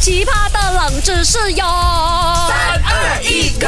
奇葩的冷知识哟！三二一，Go！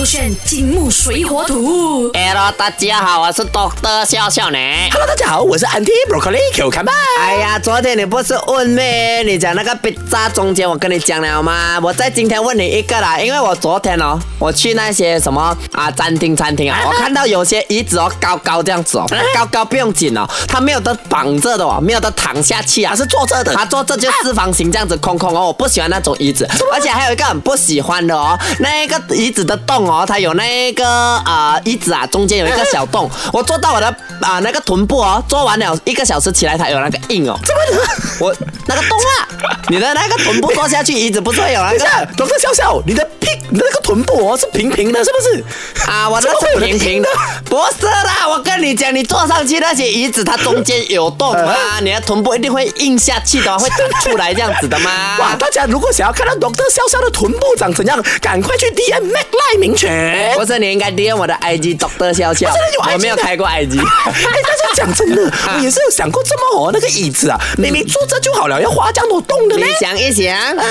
勾选金木水火土。 Hello，大家好，我是 Doctor 笑笑呢。 Hello，大家好，我是 Andy Broccoli Q 看吧。哎呀，昨天你不是问咩？你讲那个 pizza 中间我跟你讲了吗？我在今天问你一个啦，因为我昨天哦，我去那些什么啊餐厅餐 厅啊，我看到有些椅子哦高高这样子哦，高高不用紧哦，它没有的绑着的哦，没有的躺下去啊他，是坐这的，它坐这就四方形这样子空空哦，我不喜欢那种椅子，而且还有一个很不喜欢的哦，那个椅子的洞哦，它有那个啊椅子啊中间有一个小 洞，我坐到我的啊、那个臀部哦，坐完了一个小时起来它有那个印哦，怎么的？我那个洞 啊，你的那个臀部坐下去椅子不是会有那等一 个下，哎董事笑笑，你的屁，你的那个臀部哦是平平的，是不是？啊，我那怎么会有那是个平平的印呢，不是啦，我跟你讲，你坐上去那些椅子它中间有洞 啊，你的臀部一定会印下去的，会长出来这样子的嘛。哇，大家如果想要看到 Doctor 笑笑的臀部长怎样，赶快去 DM Mac 赖明 权。不是，你应该 DM 我的 IG Doctor 笑笑不是有 IG，的我没有开过 IG。 哎，但是讲真 的，我也是有想过这么哦，那个椅子啊，明明坐着就好了，要花这样多动的呢你。想 一想，啊，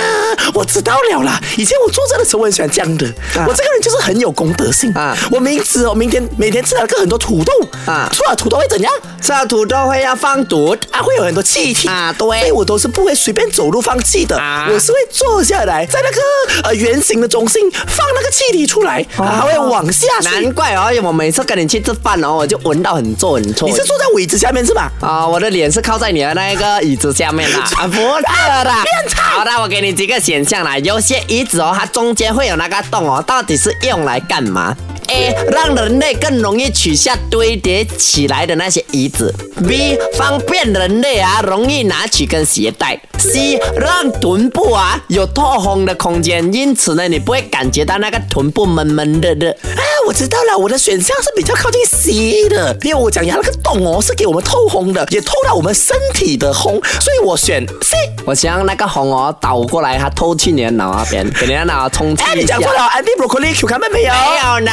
我知道了啦。以前我坐着的时候，我很喜欢这样的。啊我这个人就是很有公德心啊我明知哦，明天每天吃了个很多土豆啊吃了土豆会怎样？吃土豆会要放毒啊，会有很多气体啊对所以我都是不会随便走路放气的。啊我是会坐下来，在那个呃圆形的中心放那个气体出来，还会往下哦难去。怪哦，我每次跟你去吃饭哦，我就闻到很臭很臭。你是坐在我椅子下面是吧？啊、我的脸是靠在你的那个椅子下 面啦。啊，不是啦。好的，我给你几个选项啦。有些椅子哦，它中间会有那个洞哦，到底是用来干嘛？A. 让人类更容易取下堆叠起来的那些椅子。B. 方便人类啊，容易拿取跟携带。C. 让臀部啊有透风的空间，因此呢，你不会感觉到那个臀部闷闷热热。哎，我知道了，我的选项是比较靠近 C 的，因为我讲牙那个洞哦是给我们透红的，也透到我们身体的红，所以我选 C。我想让那个红哦倒过来，它透去你的脑那边，给你的脑啊充气哎，一你下讲。错了，Andy Broccoli Q 看到没有？没有呢。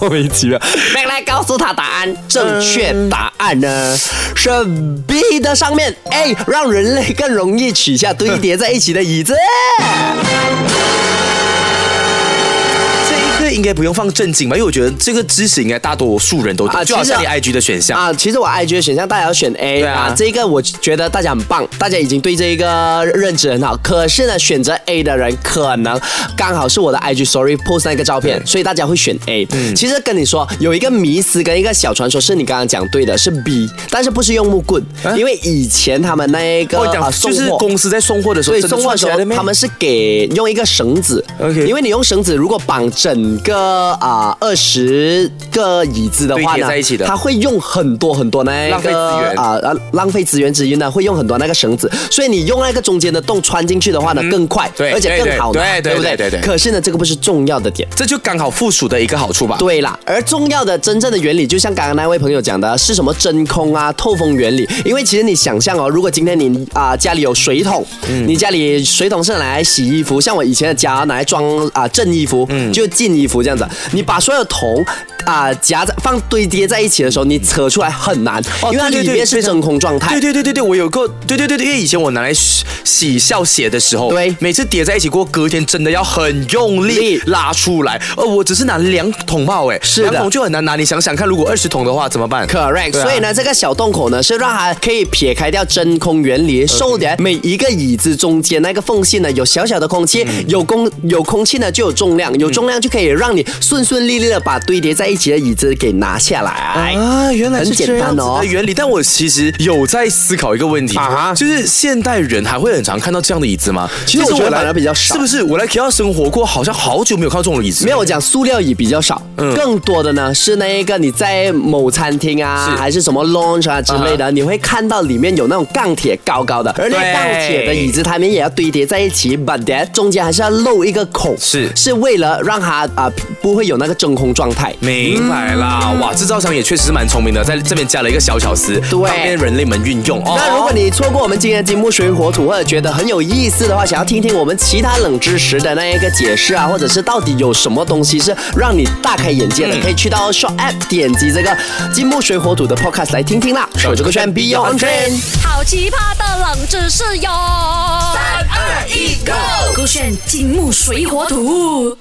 莫名其妙。来来，告诉他答案，正确答案呢是 B 的上面 A，让人类更容易取下堆叠在一起的椅子。这一个应该不用放正经吧，因为我觉得这个知识应该大多数人都懂，啊就好像其你实 IG 的选项。啊，其实我 IG 的选项大家要选 A 对啊这一个我觉得大家很棒，大家已经对这一个认知很好。可是呢，选择 A 的人可能刚好是我的 IG Story post 那个照片，所以大家会选 A。其嗯实跟你说，有一个迷思跟一个小传说是你刚刚讲对的，是 B，但是不是用木棍，因为以前他们那个、我啊哦讲啊就是送货公司在送货的时候，所以真的送货串的起时来候的，咩他们是给用一个绳子 OK 因为你用绳子如果绑整个啊二十个椅子的堆话呢，叠在一起的它会用很多很多那一浪个费资源啊啊浪费资源之一呢，会用很多那个绳子，所以你用那个中间的洞穿进去的话呢，更快，嗯对而且更好拿，对对对不对对对对可是呢，这个不是重要的点。这就刚好附属的一个好处吧。对啦，而重要的真正的原理，就像刚刚那位朋友讲的，是什么真空啊、透风原理。因为其实你想象哦，如果今天你啊、家里有水桶，嗯你家里水桶是拿来洗衣服，像我以前的家拿来装啊、正衣服，嗯就进衣服这样子。你把所有桶啊、夹在放堆叠在一起的时候，你扯出来很难，因为它哦对对里对面是非常真空状态。对对对对对，我有个对对对对，因为以前我拿来洗洗校鞋的时候，对每次叠在一起过，隔天真的要很用力力拉出来。呃，我只是拿两桶泡，哎，是的两桶就很难拿。你想想看，如果二十桶的话怎么办 Correct，、对啊所以呢，这个小洞口呢是让它可以撇开掉真空原理，收点每一个椅子中间那个缝隙呢有小小的空气，嗯有空有空气呢就有重量，有重量就可以让你顺顺利利的把堆叠在一起的椅子给拿下来。啊，原来很是简这单样子哦的。原理。但我其实有在思考一个问题啊哈就是现代人还会很常看到这样的椅子吗？其实我觉得反而比较少是不是？我来 K 二生活过，好像好久没有看到这种椅子。没有，我讲塑料椅比较少，嗯更多的呢是那一个你在某餐厅啊，是还是什么 lounge 啊之类的你会看到里面有那种钢铁高高的，而那个对钢铁的椅子它们也要堆叠在一起，but then 中间还是要露一个孔，是是为了让它啊、不会有那个真空状态。明白啦，嗯哇，制造商也确实是蛮聪明的，在这边加了一个小巧思，对方便人类们运用。哦那如果你错过我们今天的金木水火土，或者觉得很有意思的话，想要听听我们其他冷知识的那一个解释啊，或者是到底有什么东西是让你大开眼界的，可以去到 Shop App 点击这个金木水火土的 Podcast 来听听啦。手这个圈 Beyond Trend。好奇葩的冷知识哟！三二一选金木水火土。